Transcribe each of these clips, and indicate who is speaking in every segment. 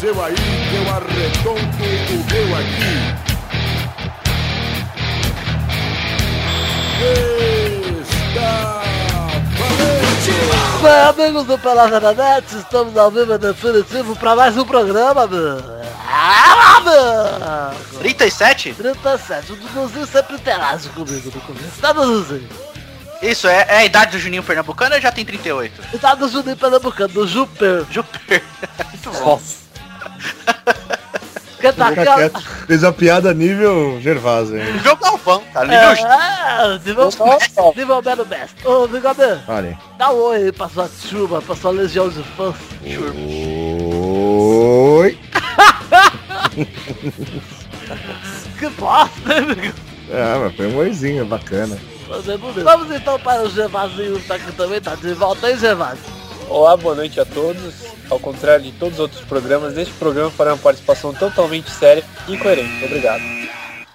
Speaker 1: seu aí, que eu arredonto o meu aqui. Está valente!
Speaker 2: Bem, amigos do Pelada da Net, estamos ao vivo e definitivo para mais um programa, meu. Ah, meu.
Speaker 3: 37?
Speaker 2: 37, o Duduzinho sempre interage comigo no começo, tá, Duduzinho?
Speaker 3: Isso, é, é a idade do Juninho Pernambucano ou já tem 38?
Speaker 2: E tá do Juninho Pernambucano, do Juper.
Speaker 3: Juper.
Speaker 4: Nossa,
Speaker 2: Que tá
Speaker 4: fica
Speaker 2: aquela-
Speaker 4: quieto. Fez uma piada nível Gervásio, hein?
Speaker 3: Nível Galvão, tá? Nível Ju-
Speaker 2: É, nível, nível Mero Mestre. Ô, Bigode,
Speaker 4: Olha aí.
Speaker 2: dá um oi aí pra sua turma, pra sua legião de fãs.
Speaker 4: Oi.
Speaker 2: Que bosta, né, amigo?
Speaker 4: Ah, mas foi um oizinho, bacana.
Speaker 2: Fazer bonito. Vamos então para o Gervazinho, tá aqui também, tá de volta, hein, Gervazinho?
Speaker 5: Olá, boa noite a todos. Ao contrário de todos os outros programas, neste programa fará uma participação totalmente séria e coerente. Obrigado.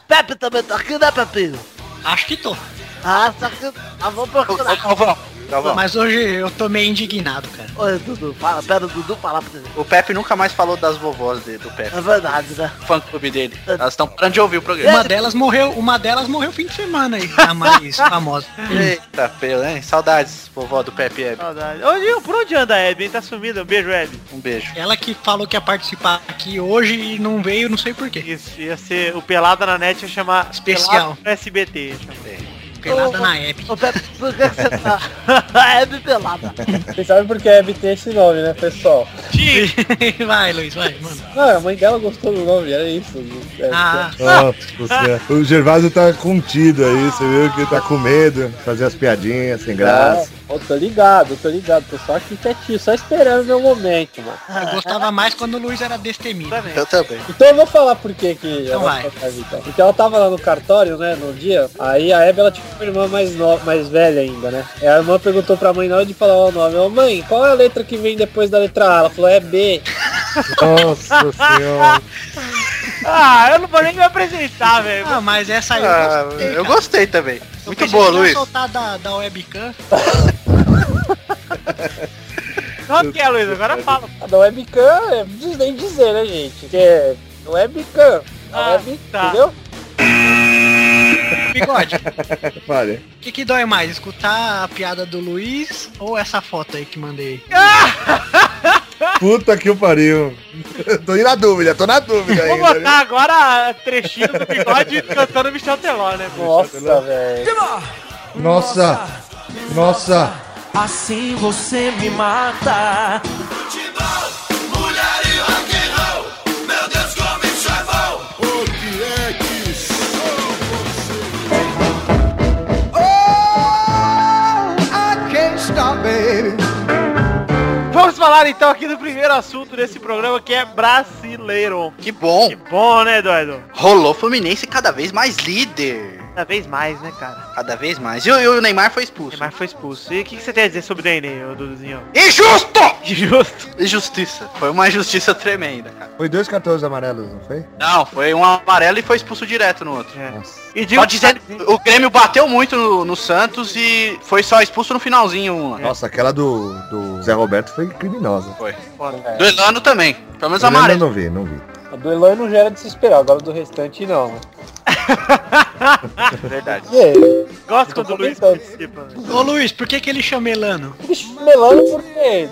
Speaker 2: Pepe também tá aqui, né, Pepinho?
Speaker 6: Acho que tô.
Speaker 2: Ah, só que... Ah, vamos
Speaker 3: Ô,
Speaker 2: procurar.
Speaker 3: Galvão, Galvão.
Speaker 6: Mas hoje eu tô meio indignado, cara.
Speaker 2: Oi, Dudu, fala, pera, Dudu, fala pra ele.
Speaker 3: O Pepe nunca mais falou das vovós dele, do Pepe.
Speaker 2: É verdade, né?
Speaker 3: O fã clube dele. Elas estão parando de ouvir o programa.
Speaker 6: Uma delas morreu, uma delas morreu fim de semana aí, a mais famosa.
Speaker 3: Eita, pelo, hein? Saudades, vovó do Pepe Hebe.
Speaker 7: Saudade. Onde, por onde anda a Hebe? hein? Tá sumida. Um beijo, Hebe.
Speaker 3: Um beijo.
Speaker 6: Ela que falou que ia participar aqui hoje e não veio, não sei porquê.
Speaker 7: Isso, ia ser o Pelada na Net, ia chamar
Speaker 6: Especial.
Speaker 7: Pelada no SBT. ia chamar.
Speaker 6: Pelada
Speaker 2: Ô,
Speaker 6: na app.
Speaker 2: Ô, Pepe, por que que você tá? é de pelada.
Speaker 5: Vocês sabem por que a Abby tem esse nome, né, pessoal?
Speaker 6: vai, Luiz, vai, mano.
Speaker 5: Não, a mãe dela gostou do nome, era isso. É,
Speaker 6: Ah,
Speaker 4: Nossa, você- o Gervásio tá contido aí, você viu que tá com medo, fazer as piadinhas sem
Speaker 5: Ah,
Speaker 4: graça.
Speaker 5: eu tô ligado, eu tô ligado, tô só aqui quietinho, só esperando o meu momento, mano.
Speaker 6: eu gostava mais quando o Luiz era destemido.
Speaker 3: Eu também.
Speaker 5: Então eu vou falar por que que
Speaker 6: Então
Speaker 5: ela
Speaker 6: vai.
Speaker 5: foi pra mim, então. Porque ela tava lá no cartório, né, no dia, aí a Hebe, ela tinha uma irmã mais, nova, mais velha ainda, né? Aí a irmã perguntou pra mãe na hora de falar o nome, ô mãe, qual é a letra que vem depois da letra A? Ela falou, é B.
Speaker 4: Nossa senhora.
Speaker 7: Ah, eu não vou nem me apresentar, velho.
Speaker 6: Ah, mas essa aí
Speaker 3: Ah,
Speaker 6: eu gostei.
Speaker 3: eu
Speaker 6: cara.
Speaker 3: gostei também.
Speaker 6: Eu
Speaker 3: Muito
Speaker 6: pensei
Speaker 3: boa,
Speaker 6: que ia
Speaker 3: Luiz.
Speaker 6: soltar da, da webcam.
Speaker 7: Qual que é, Luiz? Agora fala.
Speaker 5: A da Ah, webcam, é, diz- nem dizer, né, gente? Que é webcam, a
Speaker 7: Ah,
Speaker 5: web,
Speaker 7: tá.
Speaker 5: entendeu?
Speaker 6: Bigode,
Speaker 4: Olha,
Speaker 6: o que, que dói mais? Escutar a piada do Luiz ou essa foto aí que mandei?
Speaker 4: puta que o pariu. tô na dúvida, tô na dúvida
Speaker 7: Vou
Speaker 4: ainda. viu?
Speaker 7: botar agora trechinho do bigode cantando Michel Teló, né? pô?
Speaker 5: Nossa, velho.
Speaker 4: Nossa, nossa.
Speaker 8: Assim você me mata.
Speaker 1: O que é que sou você?
Speaker 7: Vamos falar então aqui do primeiro assunto desse programa que é brasileiro.
Speaker 3: Que bom.
Speaker 7: Que bom, né, Eduardo?
Speaker 3: Rolou Fluminense cada vez mais líder.
Speaker 7: Cada vez mais, né, cara?
Speaker 3: Cada vez mais. E o, e o Neymar foi expulso.
Speaker 7: Neymar foi expulso. E o que, que você tem a dizer sobre o Nenê, ô Duduzinho?
Speaker 3: Injusto!
Speaker 7: Justo.
Speaker 3: Injustiça. Foi uma injustiça tremenda, cara.
Speaker 4: Foi dois cartões amarelos, não foi?
Speaker 3: Não, foi um amarelo e foi expulso direto no outro.
Speaker 7: É.
Speaker 4: Nossa.
Speaker 7: E digo
Speaker 3: Só um dizendo, o Grêmio bateu muito no, no Santos e foi só expulso no finalzinho um lá.
Speaker 4: Nossa, aquela do, do Zé Roberto foi criminosa. É.
Speaker 7: Foda.
Speaker 3: Do Elano também. Pelo menos
Speaker 4: Eu não-
Speaker 3: amarelo.
Speaker 4: não vi, não vi.
Speaker 5: A do Eloy não gera de se esperar, agora do restante não. né?
Speaker 3: Verdade.
Speaker 5: E aí?
Speaker 7: Gosto quando o Luiz
Speaker 5: comentando.
Speaker 7: participa. né?
Speaker 6: Ô Luiz, por que, que ele chama Elano?
Speaker 5: Bicho, melano porque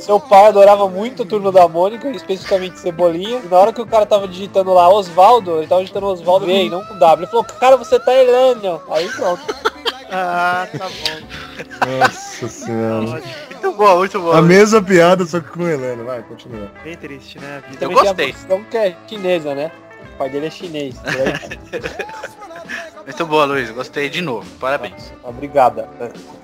Speaker 5: seu pai adorava muito o turno da Mônica, especificamente Cebolinha. E na hora que o cara tava digitando lá Osvaldo, ele tava digitando Osvaldo B e não com W. Ele falou, cara, você tá Elânio. Aí pronto.
Speaker 7: Ah, tá bom.
Speaker 4: Nossa senhora.
Speaker 3: Muito boa, muito boa.
Speaker 4: A mesma piada, só que com o Heleno. Vai, continua.
Speaker 7: Bem triste, né? a vida?
Speaker 5: Também
Speaker 3: gostei.
Speaker 5: Tem a versão que é chinesa, né? O pai dele é chinês. Por aí,
Speaker 3: Muito boa, Luiz. Gostei de novo. Parabéns.
Speaker 5: Obrigada.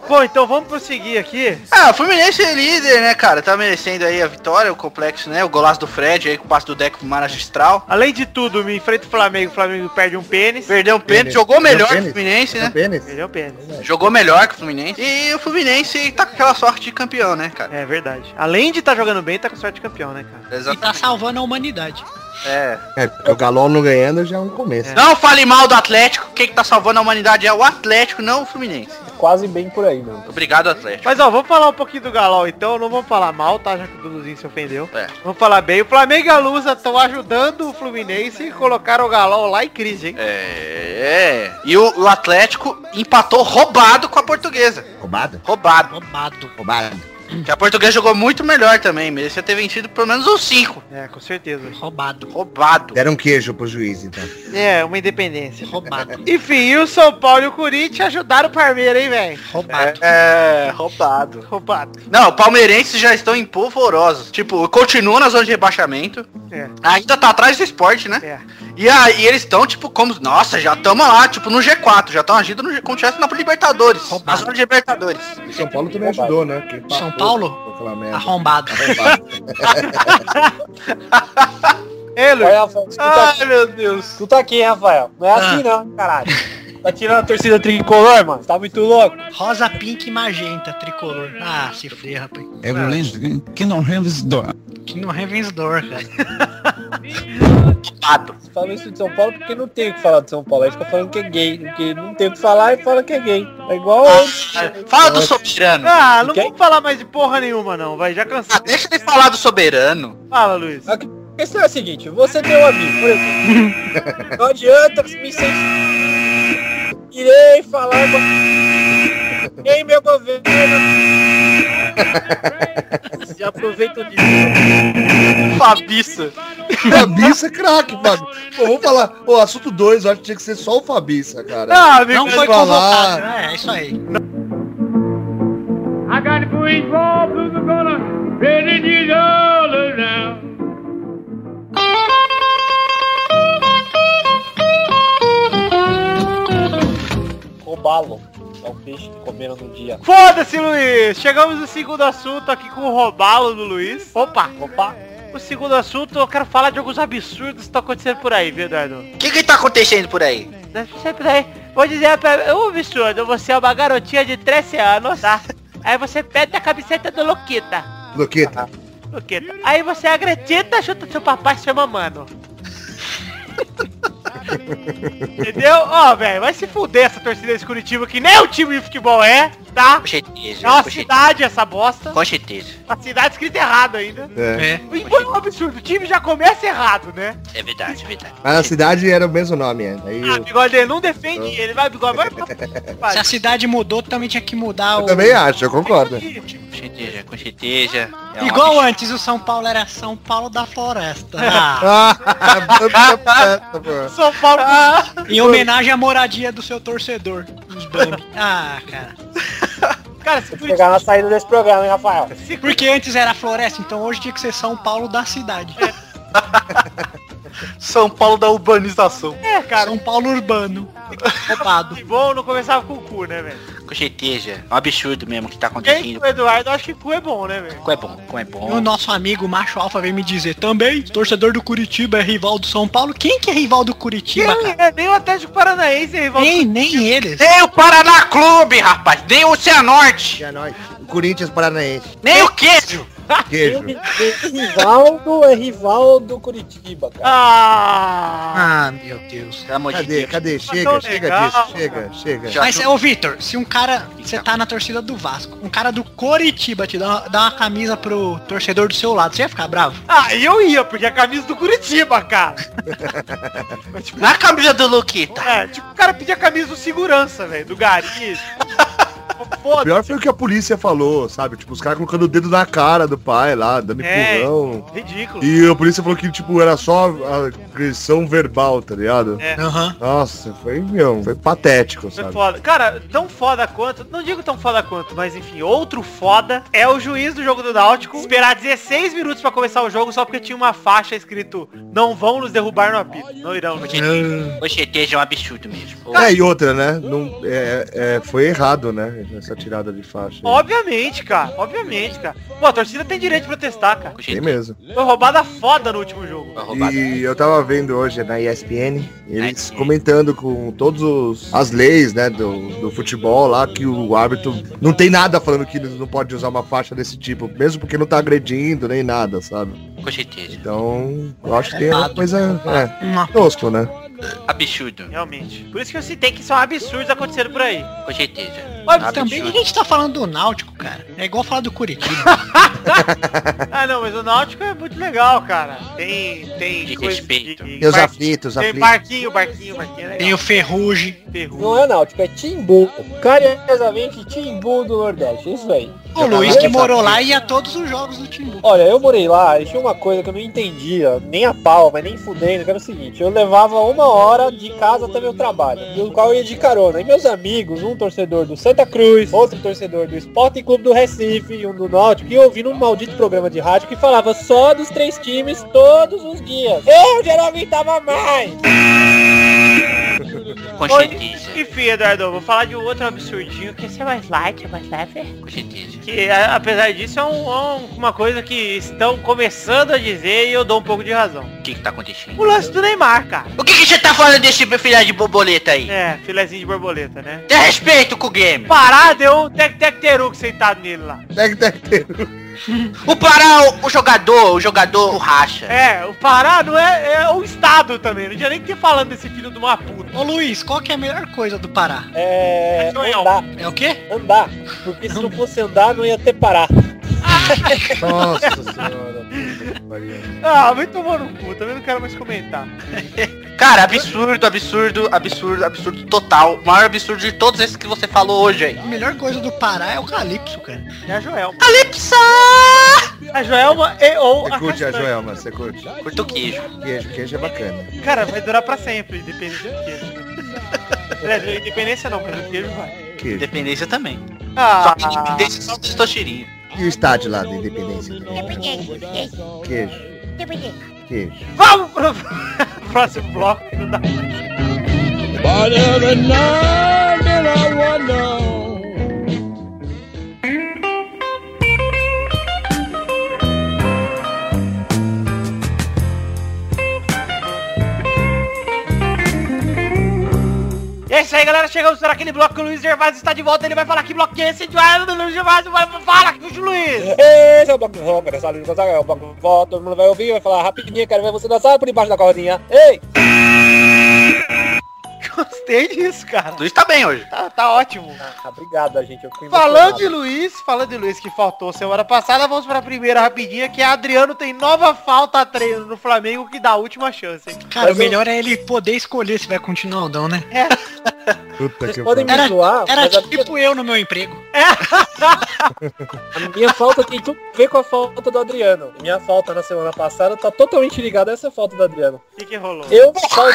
Speaker 7: Bom, então vamos prosseguir aqui.
Speaker 3: Ah, o Fluminense é líder, né, cara? Tá merecendo aí a vitória, o complexo, né? O golaço do Fred aí com o passe do Deco magistral.
Speaker 7: Além de tudo, me enfrenta o Flamengo. O Flamengo perde um pênis.
Speaker 3: Perdeu um pênalti,
Speaker 4: Pênis.
Speaker 3: jogou
Speaker 4: Perdeu
Speaker 3: melhor
Speaker 4: um
Speaker 3: que o
Speaker 4: pênis?
Speaker 3: Fluminense, né?
Speaker 4: É Pênis?
Speaker 7: Perdeu um pênis.
Speaker 3: Jogou melhor que o Fluminense. E o Fluminense tá com aquela sorte de campeão, né, cara?
Speaker 7: É verdade. Além de estar jogando bem, tá com tá sorte de campeão, né, cara?
Speaker 6: E tá
Speaker 3: Exatamente.
Speaker 6: salvando a humanidade.
Speaker 3: É.
Speaker 4: É, porque o Galol não ganhando já é um começo.
Speaker 3: Não fale mal do Atlético. Quem que tá salvando a humanidade é o Atlético, não o Fluminense.
Speaker 5: É Quase bem por aí mesmo.
Speaker 3: Obrigado, Atlético.
Speaker 7: Mas ó, vamos falar um pouquinho do Galol então, não vamos falar mal, tá? Já que o Duduzinho se ofendeu.
Speaker 3: É.
Speaker 7: Vamos falar bem. O Flamengo e a Lusa estão ajudando o Fluminense e colocaram o Galol lá em crise, hein?
Speaker 3: É. E o, o Atlético empatou roubado com a portuguesa.
Speaker 4: Roubado?
Speaker 3: Roubado.
Speaker 6: Roubado.
Speaker 4: Roubado.
Speaker 3: Que a portuguesa jogou muito melhor também. Merecia ter vencido pelo menos uns 5.
Speaker 7: É, com certeza.
Speaker 6: Roubado.
Speaker 3: Roubado.
Speaker 4: Deram um queijo pro juiz, então.
Speaker 7: É, uma independência.
Speaker 6: Roubado.
Speaker 7: Enfim, e o São Paulo e o Corinthians ajudaram o Parmeira, hein, velho?
Speaker 6: Roubado.
Speaker 3: É, roubado.
Speaker 7: Roubado.
Speaker 3: Não, palmeirenses já estão em polvorosos. Tipo, continua na zona de rebaixamento.
Speaker 7: É.
Speaker 3: Ainda tá atrás do esporte, né?
Speaker 7: É.
Speaker 3: E aí eles estão, tipo, como. Nossa, já estamos lá, tipo, no G4. Já estão agindo no, G- como se tivesse na Libertadores. Na zona de Libertadores.
Speaker 4: E É, São Paulo também ajudou, né? Porque
Speaker 6: São
Speaker 4: empatou
Speaker 6: Paulo? Ah.
Speaker 4: com Aquela merda.
Speaker 6: Arrombado.
Speaker 7: Ei, Luiz.
Speaker 5: Olha, Rafael, tu tá,
Speaker 7: Ai, meu Deus.
Speaker 5: tu tá aqui, hein, Rafael. Não é assim não, caralho. Tá tirando a torcida tricolor, mano. Tá muito louco.
Speaker 6: Rosa, pink e magenta, tricolor. Ah, se ferra, rapaz. Que não é vencedor, cara.
Speaker 3: Roubado.
Speaker 5: Você fala isso de São Paulo porque não tem o que falar de São Paulo. Aí fica falando que é gay. Porque não tem o que falar e fala que é gay. É igual
Speaker 3: Fala do soberano.
Speaker 7: Ah, não
Speaker 5: Quem?
Speaker 7: vamos falar mais de porra nenhuma, não, vai. Já cansei.
Speaker 3: Ah, deixa ele falar do soberano.
Speaker 7: Fala, Luiz.
Speaker 5: A questão é a seguinte, você tem um amigo, por exemplo. não adianta me sentir. Irei falar com. Em meu governo. Já aproveito disso.
Speaker 7: Fabiça.
Speaker 4: Fabiça é craque, mano. Pô, vamos falar. O assunto 2, eu acho que tinha que ser só o Fabiça, cara.
Speaker 7: Ah, amigo.
Speaker 6: Não foi
Speaker 4: falar.
Speaker 6: convocado. É, é isso aí.
Speaker 5: Robalo. É o peixe que comeram no dia.
Speaker 7: Foda-se, Luiz. Chegamos no segundo assunto aqui com o roubalo do Luiz. Opa.
Speaker 5: Opa!
Speaker 7: O segundo assunto, eu quero falar de alguns absurdos que estão acontecendo por aí, viu, Eduardo? Né,
Speaker 3: O que que tá acontecendo por aí?
Speaker 7: Sempre aí, vou dizer pra um absurdo, você é uma garotinha de 13 anos, tá? Aí você pede a camiseta do Luquita.
Speaker 4: Luquita.
Speaker 7: Luquita. Aí você acredita, chuta seu papai e chama mano. Entendeu? Ó, velho, vai se fuder essa torcida de Curitiba, que nem o time de futebol é, tá?
Speaker 3: Com certeza.
Speaker 7: É uma
Speaker 3: com certeza,
Speaker 7: cidade essa bosta.
Speaker 3: Com certeza.
Speaker 7: A cidade escrita errado ainda.
Speaker 4: É.
Speaker 6: É.
Speaker 7: Foi um absurdo, o time já começa errado, né?
Speaker 3: É verdade, é verdade.
Speaker 4: Mas a cidade era o mesmo nome ainda. Aí
Speaker 7: Ah,
Speaker 4: eu...
Speaker 7: bigode, ele não defende ele, vai, bigode, vai. pra-
Speaker 6: Se a cidade mudou, também tinha que mudar
Speaker 4: eu
Speaker 6: o...
Speaker 4: também acho, eu concordo.
Speaker 7: Tipo,
Speaker 3: Com certeza, com certeza. É uma
Speaker 6: Igual antes, o São Paulo era São Paulo da Floresta. Ah,
Speaker 4: Ah, bambi, pô.
Speaker 7: São Paulo.
Speaker 6: em homenagem à moradia do seu torcedor. Os Bambi. Ah, cara.
Speaker 7: Cara, se Curitiba
Speaker 5: Chegar na saída desse programa, hein, Rafael?
Speaker 6: Porque antes era floresta, então hoje tinha que ser São Paulo da cidade.
Speaker 4: É,
Speaker 3: São Paulo da urbanização.
Speaker 7: É, cara,
Speaker 6: São Paulo urbano. Roubado.
Speaker 7: um bom não começava com cu, né, velho?
Speaker 3: Com certeza. É um absurdo mesmo que tá
Speaker 7: Quem
Speaker 3: acontecendo.
Speaker 7: com o Eduardo, acho que cu é bom, né, velho?
Speaker 3: Cu é bom, cu é bom.
Speaker 6: E o nosso amigo Macho Alfa veio me dizer também, torcedor do Curitiba é rival do São Paulo. Quem que é rival do Curitiba,
Speaker 7: Quem
Speaker 6: cara?
Speaker 7: é? Nem o Atlético Paranaense é rival.
Speaker 6: Nem, nem eles.
Speaker 3: Nem o Paraná Clube, rapaz. Nem o Oceanorte.
Speaker 4: Já nós. É Corinthians Paranaense.
Speaker 3: Nem o queijo.
Speaker 4: Queijo.
Speaker 5: Rivaldo é rival é do Curitiba, cara.
Speaker 7: Ah!
Speaker 6: Ah, meu Deus.
Speaker 3: Pelo amor de
Speaker 4: Cadê?
Speaker 3: Deus.
Speaker 4: Cadê?
Speaker 7: tão
Speaker 4: Chega, chega
Speaker 7: legal,
Speaker 4: disso. Chega, chega.
Speaker 3: Já
Speaker 6: Mas
Speaker 3: tô-
Speaker 6: é o Vitor, se um cara, você tá na torcida do Vasco, um cara do Coritiba te dá uma, dá uma camisa pro torcedor do seu lado, você ia ficar bravo?
Speaker 7: Ah, e eu ia, porque é a camisa do Curitiba, cara. Mas, tipo,
Speaker 3: Na camisa do Luquita.
Speaker 7: é, tipo, o cara pedia a camisa do segurança, velho, do Gari.
Speaker 4: O
Speaker 7: Foda-se.
Speaker 4: pior foi o que a polícia falou, sabe? Tipo, os caras colocando o dedo na cara do pai lá, dando
Speaker 7: É.
Speaker 4: empurrão.
Speaker 7: Ridículo.
Speaker 4: E a polícia falou que, tipo, era só agressão verbal, tá ligado?
Speaker 7: É.
Speaker 6: Aham.
Speaker 4: Nossa, foi, meu, foi patético,
Speaker 7: Foi
Speaker 4: sabe?
Speaker 7: é foda. Cara, tão foda quanto, não digo tão foda quanto, mas enfim, outro foda é o juiz do jogo do Náutico esperar 16 minutos pra começar o jogo só porque tinha uma faixa escrito não vão nos derrubar no apito. Não irão.
Speaker 3: Com
Speaker 7: Ah.
Speaker 3: certeza. Com certeza é um absurdo mesmo.
Speaker 4: É, e outra, né? Não, é, é, foi errado, né? Essa essa tirada de faixa. aí.
Speaker 7: Obviamente, cara. Obviamente, cara. Pô, a torcida tem direito de protestar, cara.
Speaker 4: Tem mesmo.
Speaker 7: Foi roubada foda no último jogo.
Speaker 3: né?
Speaker 4: E eu tava vendo hoje na ESPN, eles
Speaker 3: ESPN.
Speaker 4: comentando com todos os as leis, né, do, do futebol lá, que o árbitro não tem nada falando que eles não pode usar uma faixa desse tipo, mesmo porque não tá agredindo nem nada, sabe?
Speaker 3: Com certeza.
Speaker 4: Então, eu acho que tem uma
Speaker 6: Errado.
Speaker 4: coisa, é,
Speaker 6: Uma
Speaker 4: tosco, né?
Speaker 3: Absurdo.
Speaker 7: Realmente. Por isso que eu citei que são absurdos acontecendo por aí.
Speaker 3: Com certeza.
Speaker 6: Mas também a gente tá falando do Náutico, cara. É igual falar do Curitiba.
Speaker 7: Ah, não, mas o Náutico é muito legal, cara. Tem. Tem.
Speaker 3: De
Speaker 7: coisa-
Speaker 3: respeito.
Speaker 4: E os
Speaker 7: barqui-
Speaker 4: aflitos, os
Speaker 7: Tem
Speaker 4: aflitos.
Speaker 7: barquinho, barquinho, barquinho. É legal.
Speaker 6: Tem o Ferrugem.
Speaker 7: Peru.
Speaker 5: Não é náutico, é Timbu. Carinhosamente Timbu do Nordeste, é isso aí.
Speaker 6: O Luiz que morou lá e ia a todos os jogos do Timbu.
Speaker 5: Olha, eu morei lá e tinha uma coisa que eu não entendia, nem a pau, mas nem fudendo, que era o seguinte, eu levava uma hora de casa até meu trabalho, no qual eu ia de carona. E meus amigos, um torcedor do Santa Cruz, outro torcedor do Sporting Clube do Recife e um do Náutico, que ouvindo um maldito programa de rádio que falava só dos três times todos os dias. Eu já não aguentava mais!
Speaker 3: Com
Speaker 7: Oi.
Speaker 3: certeza.
Speaker 7: Enfim, Eduardo, vou falar de um outro absurdinho que esse é mais light, é mais leve.
Speaker 3: Com certeza.
Speaker 7: Que a- apesar disso é um- é um- uma coisa que estão começando a dizer e eu dou um pouco de razão.
Speaker 3: O que que tá acontecendo?
Speaker 7: O lance do Neymar, cara.
Speaker 3: O que que você tá falando desse filhado de borboleta aí?
Speaker 7: É, filezinho de borboleta, né?
Speaker 3: Tem respeito com o Grêmio.
Speaker 7: Pará deu um tec-tec-teruco sentado nele lá.
Speaker 4: Tec, tec, tec.
Speaker 3: O Pará, o, o jogador, o jogador com racha.
Speaker 7: É, o Pará não é, é um estado também. Não tinha nem que ter falando desse filho de uma puta.
Speaker 6: Ô Luiz, qual que é a melhor coisa do Pará?
Speaker 5: É...
Speaker 7: Castanhal.
Speaker 5: andar,
Speaker 6: É o quê?
Speaker 5: andar, porque se não fosse andar não ia ter parar.
Speaker 4: Nossa senhora. puta que pariu.
Speaker 7: Ah, vai tomar no cu, também não quero mais comentar.
Speaker 3: Cara, absurdo, absurdo, absurdo, absurdo total. O maior absurdo de todos esses que você falou hoje aí.
Speaker 6: A melhor coisa do Pará é o Calypso, cara.
Speaker 7: É a Joelma.
Speaker 3: Calypso!
Speaker 7: A Joelma e ou
Speaker 4: Você
Speaker 7: a
Speaker 4: curte a
Speaker 7: Castanha.
Speaker 4: Joelma, você curte.
Speaker 3: Curto queijo.
Speaker 4: Queijo, queijo é bacana.
Speaker 7: Cara, vai durar pra sempre, independente do queijo. Aliás, independência não, mas o queijo vai.
Speaker 4: Queijo.
Speaker 3: Independência também.
Speaker 7: Ah,
Speaker 3: Só que independência só do Toshiri.
Speaker 4: E o estádio lá da Independência? Queijo. Queijo.
Speaker 7: vamos pro próximo bloco. que Não dá. E é isso aí, galera. Chegamos para aquele bloco que o Luiz Gervásio está de volta. Ele vai falar que bloco que é esse. Eduardo, Luiz Gervásio, vai- fala, Luiz.
Speaker 5: Esse é o bloco de rock, essa Luiz Gonzaga é o bloco de volta, todo mundo vai ouvir, vai falar rapidinho, quero ver você dançar por debaixo da cordinha. Ei!
Speaker 7: Gostei disso, cara.
Speaker 3: Luiz tá bem hoje.
Speaker 7: Tá, tá ótimo.
Speaker 5: Ah, obrigado, gente, eu fui
Speaker 7: Falando de
Speaker 5: emocionado.
Speaker 7: Luiz, falando de Luiz que faltou semana passada, vamos para a primeira rapidinha, que é Adriano tem nova falta a treino no Flamengo que dá a última chance. hein?
Speaker 6: Cara,
Speaker 5: Mas
Speaker 6: o melhor é ele poder escolher se vai continuar ou não, né?
Speaker 4: Puta
Speaker 5: Vocês
Speaker 4: que
Speaker 5: podem
Speaker 4: pariu.
Speaker 5: me zoar,
Speaker 6: Era
Speaker 5: mas é a minha,
Speaker 6: tipo eu no meu emprego.
Speaker 5: a minha falta tem tudo a ver com a falta do Adriano. Minha falta na semana passada tá totalmente ligada a essa falta do Adriano.
Speaker 7: O que, que rolou?
Speaker 5: Eu, fal-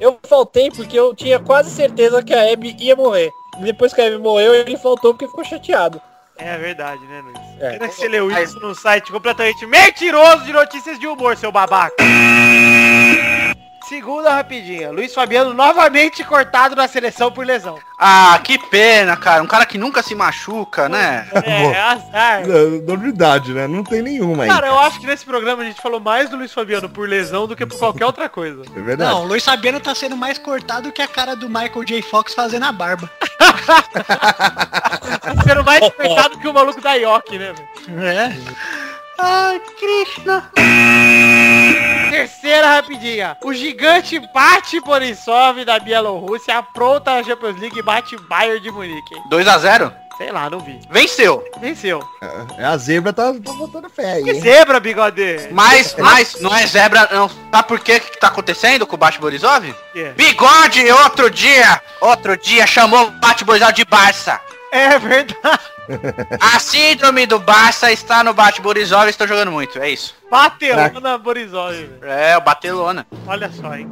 Speaker 5: eu faltei porque eu tinha quase certeza que a Abby ia morrer. Depois que a Abby morreu, ele faltou porque ficou chateado.
Speaker 7: É verdade, né, Luiz?
Speaker 5: É.
Speaker 7: Pena que você leu isso num site completamente mentiroso de notícias de humor, seu babaca. Segunda rapidinha, Luiz Fabiano novamente cortado na seleção por lesão.
Speaker 3: Ah, que pena, cara. Um cara que nunca se machuca, né?
Speaker 7: É, azar.
Speaker 4: Não, Novidade, né? Não tem nenhuma aí.
Speaker 7: Cara, eu acho que nesse programa a gente falou mais do Luiz Fabiano por lesão do que por qualquer outra coisa.
Speaker 4: É verdade.
Speaker 6: Não, o Luiz Fabiano tá sendo mais cortado que a cara do Michael J. Fox fazendo a barba.
Speaker 7: Tá sendo mais cortado que o maluco da York, né, velho?
Speaker 6: É.
Speaker 7: Terceira rapidinha. O gigante bate Borisov da Bielorrússia, apronta a Champions League e bate Bayern de Munique. hein?
Speaker 3: 2x0?
Speaker 7: Sei lá, não vi.
Speaker 3: Venceu.
Speaker 7: Venceu.
Speaker 4: É, A zebra tá, tá botando fé aí.
Speaker 7: Que
Speaker 4: hein?
Speaker 7: zebra, bigode.
Speaker 3: Mas, mas, não é zebra, não. Sabe por que que tá acontecendo com o Baixo Borisov?
Speaker 7: quê?
Speaker 3: Bigode, outro dia, outro dia, chamou o Bate Borisov de Barça.
Speaker 7: É verdade.
Speaker 3: A síndrome do Barça está no Bate Borisov, estão jogando muito, é isso.
Speaker 7: Bateu na Borisov, velho.
Speaker 3: É, o Batelona.
Speaker 7: Olha só, hein.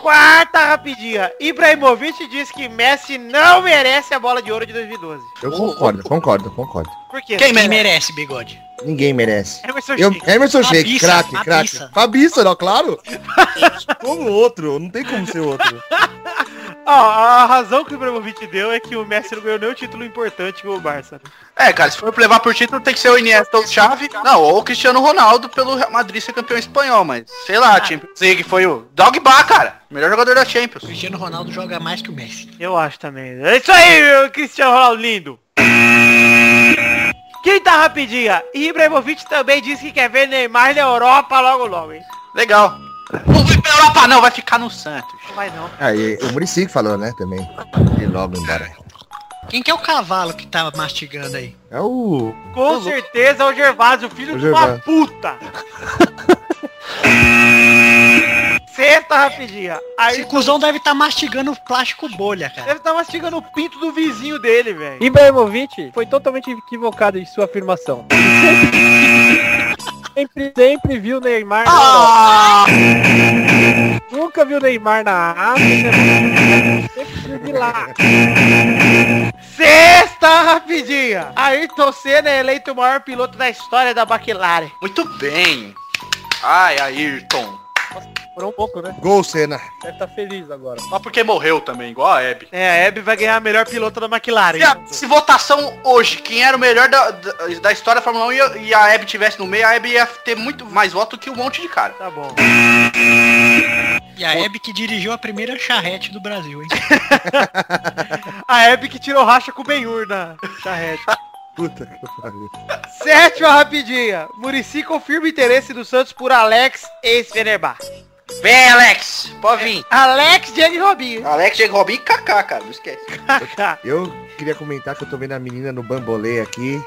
Speaker 7: Quarta rapidinha. Ibrahimovic diz que Messi não merece a bola de ouro de 2012.
Speaker 4: Eu concordo, concordo, concordo.
Speaker 7: Por quê?
Speaker 3: Quem
Speaker 6: Quem
Speaker 3: merece?
Speaker 6: merece, bigode?
Speaker 4: Ninguém merece.
Speaker 7: Emerson
Speaker 4: Eu, é-
Speaker 7: Sheik.
Speaker 4: Emerson Sheik,
Speaker 6: Fabiça,
Speaker 4: craque, craque.
Speaker 6: Fabiça.
Speaker 4: Fabiça, não, claro. Como outro, não tem como ser outro.
Speaker 7: Ah, a razão que o Ibrahimovic deu é que o Messi não ganhou nenhum título importante com o Barça.
Speaker 3: É, cara, se for levar por título, tem que ser o Iniesta ou o Xavi. Não, ou o Cristiano Ronaldo pelo Real Madrid ser campeão espanhol, mas sei lá, Champions League foi o Dogba, cara. Melhor jogador da Champions.
Speaker 6: Cristiano Ronaldo joga mais que o Messi.
Speaker 7: Eu acho também. É isso aí, meu Cristiano Ronaldo lindo. Quem tá rapidinha? Ibrahimovic também disse que quer ver Neymar na Europa logo logo, hein?
Speaker 3: Legal. Não vai pra Europa não, vai ficar no Santos.
Speaker 7: Não vai não.
Speaker 4: Aí, o Murici que falou, né, também. E logo né. embora.
Speaker 6: Quem que é o cavalo que tá mastigando aí?
Speaker 4: É o.
Speaker 7: Com certeza é o Gervásio, filho
Speaker 4: O
Speaker 7: de uma
Speaker 4: Gervásio.
Speaker 7: puta. Senta rapidinha.
Speaker 6: Esse
Speaker 7: Aí
Speaker 6: cuzão deve estar mastigando plástico bolha, cara.
Speaker 7: deve estar mastigando o pinto do vizinho dele, velho.
Speaker 5: Ibrahimovic foi totalmente equivocado em sua afirmação. Sempre, sempre viu Neymar na Europa. Nunca viu Neymar na África. Sempre viu de lá.
Speaker 7: Sexta rapidinha. Ayrton Senna é eleito o maior piloto da história da McLaren.
Speaker 3: Muito bem. Ai, Ayrton.
Speaker 5: Por um pouco, né?
Speaker 4: Gol, Senna.
Speaker 5: Deve estar feliz agora.
Speaker 3: Só porque morreu também, igual a Hebe.
Speaker 7: É, a Hebe vai ganhar a melhor pilota da McLaren.
Speaker 3: Se, a- se votação hoje, quem era o melhor da, da, da história da Fórmula 1 e a- e a Hebe tivesse no meio, a Hebe ia ter muito mais voto que um monte de cara.
Speaker 7: Tá bom.
Speaker 6: E a Hebe que dirigiu a primeira charrete do Brasil, hein?
Speaker 7: A Hebe que tirou racha com o Benhur na charrete.
Speaker 4: Puta que pariu.
Speaker 7: Sétima rapidinha. Murici confirma o interesse do Santos por Alex ex-Fenerbahçe.
Speaker 3: Vem, Alex. Pode vir.
Speaker 7: Alex, Diego e Robinho.
Speaker 3: Alex, Diego Robin e Kaká, cara. Não esquece.
Speaker 5: Ah,
Speaker 4: Eu queria comentar que eu tô vendo a menina no bambolê aqui,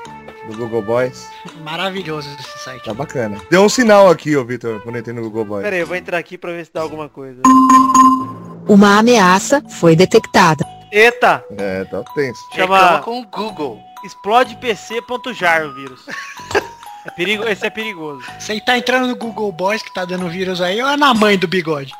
Speaker 4: no Google Boys.
Speaker 6: Maravilhoso esse site.
Speaker 4: Tá bacana. Deu um sinal aqui, ô Vitor, quando eu entrei no Google Boys.
Speaker 7: Pera aí, eu vou entrar aqui pra ver se dá alguma coisa.
Speaker 9: Uma ameaça foi detectada.
Speaker 7: Eita,
Speaker 4: É, tá tenso.
Speaker 7: Chama-
Speaker 5: é
Speaker 3: Reclama com o Google.
Speaker 7: explodepc.jar o vírus. É perigo, esse é perigoso.
Speaker 6: Você tá entrando no Google Boys que tá dando vírus aí, ou é na mãe do bigode?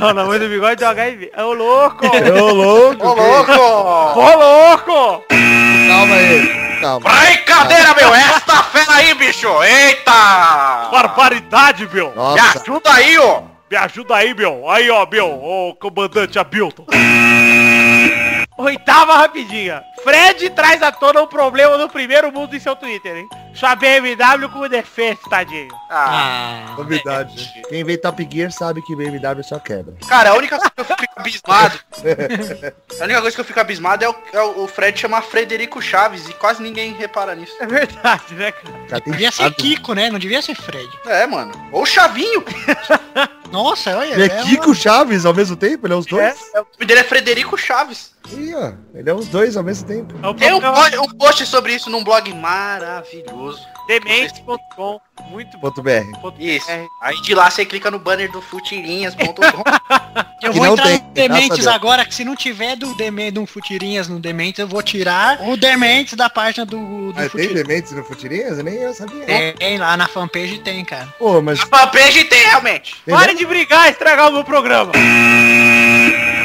Speaker 7: Não, na mãe do bigode do HIV. É o louco!
Speaker 4: Ô, louco!
Speaker 3: Ô, louco!
Speaker 7: Ô louco!
Speaker 4: Calma aí. Calma.
Speaker 3: Brincadeira, meu! Esta fera aí, bicho! Eita!
Speaker 7: Barbaridade, meu!
Speaker 3: Me
Speaker 4: Nossa,
Speaker 3: ajuda aí, ó!
Speaker 7: Me ajuda aí, meu. Aí, ó, meu. Ô, comandante Abilton. Oitava rapidinha. Fred traz à tona um problema no primeiro mundo em seu Twitter, hein? Sua BMW com defeito, tadinho.
Speaker 3: Ah,
Speaker 6: Ah,
Speaker 4: novidade. né? Quem vê Top Gear sabe que BMW é só quebra.
Speaker 3: cara, a única coisa que eu fico abismado. a única coisa que eu fico abismado é o, é o Fred chamar Frederico Chaves e quase ninguém repara nisso.
Speaker 7: É verdade, né, cara?
Speaker 4: O Cara, tem
Speaker 6: devia ser
Speaker 4: chato.
Speaker 6: Kiko, né? Não devia ser Fred.
Speaker 3: É, mano. Ou o Chavinho.
Speaker 6: Nossa, olha.
Speaker 4: Ele
Speaker 6: é
Speaker 4: é Kiko Chaves ao mesmo tempo? Ele é os dois?
Speaker 7: um
Speaker 3: O nome dele é Frederico Chaves.
Speaker 4: Ih, ó. Ele é os dois ao mesmo tempo.
Speaker 7: É um
Speaker 3: Tem um,
Speaker 7: problema
Speaker 3: po- um post sobre isso num blog maravilhoso.
Speaker 7: demente.com. Muito bom.
Speaker 4: Ponto BR.
Speaker 3: Isso.
Speaker 7: É.
Speaker 3: Aí de lá você clica no banner do futirinhas.com.
Speaker 6: Eu
Speaker 4: Que
Speaker 6: vou
Speaker 4: não
Speaker 6: entrar
Speaker 4: tem,
Speaker 6: no
Speaker 4: graças a
Speaker 6: Dementes
Speaker 4: Deus.
Speaker 6: agora, que se não tiver do Deme- do Futirinhas no Dementes, eu vou tirar o Dementes da página do, do
Speaker 4: Ah, tem
Speaker 6: Futirinhas.
Speaker 4: dementes no Futirinhas? Nem eu sabia.
Speaker 6: Tem, lá na fanpage tem, cara.
Speaker 4: Pô, mas...
Speaker 3: A fanpage tem realmente.
Speaker 4: tem
Speaker 7: Pare de brigar e estragar o meu programa.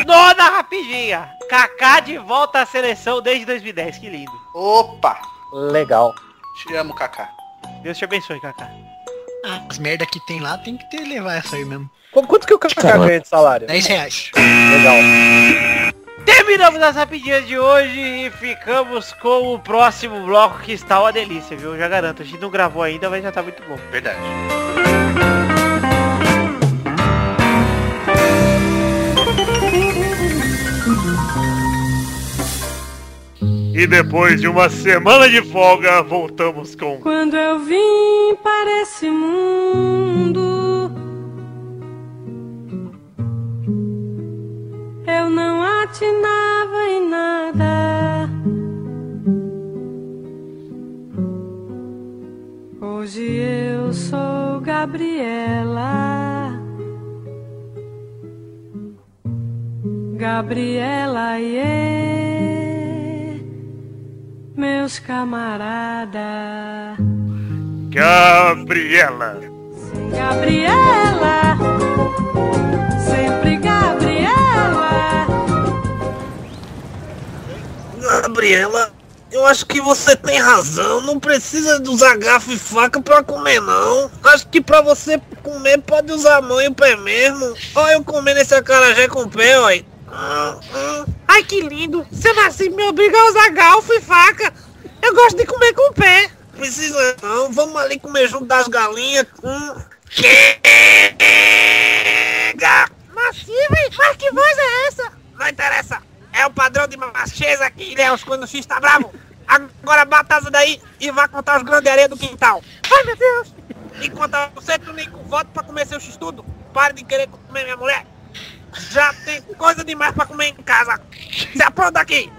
Speaker 7: Nona rapidinha. Kaká de volta à seleção desde 2010. Que lindo.
Speaker 3: Opa!
Speaker 5: Legal.
Speaker 3: Te amo, Kaká.
Speaker 7: Deus te abençoe, Kaká.
Speaker 6: Ah, As merda que tem lá tem que ter, levar essa aí mesmo.
Speaker 5: Qu- Quanto que o Kaká ganha de salário?
Speaker 6: 10 reais.
Speaker 5: Legal.
Speaker 7: Terminamos as rapidinhas de hoje e ficamos com o próximo bloco que está uma delícia, viu? Eu já garanto. A gente não gravou ainda, mas já tá muito bom.
Speaker 3: Verdade.
Speaker 7: E depois de uma semana de folga, voltamos com.
Speaker 9: Quando eu vim para esse mundo, eu não atinava em nada. Hoje eu sou Gabriela. Gabriela, yeah meus camaradas.
Speaker 7: Gabriela!
Speaker 9: Gabriela, sempre Gabriela.
Speaker 8: Gabriela, eu acho que você tem razão. Não precisa de usar garfo e faca pra comer, não. Acho que pra você comer, pode usar a mão e o pé mesmo. Olha eu comendo esse acarajé com o pé, olha.
Speaker 10: Ai, que lindo. Seu Nascimento me obriga a usar galfo e faca. Eu gosto de comer com o pé. Precisa não. Vamos ali comer junto das galinhas. Hum. Chega! Massiva, mas que voz é essa? Não interessa. É o padrão de macheza aqui, Léus, quando o X tá bravo. Agora bata asa daí e vá contar os grandes areias do quintal. Ai, meu Deus. Enquanto você nem com voto pra comer seu x-tudo. Pare de querer comer minha mulher. Já tem coisa demais pra comer em casa. Se apronta aqui.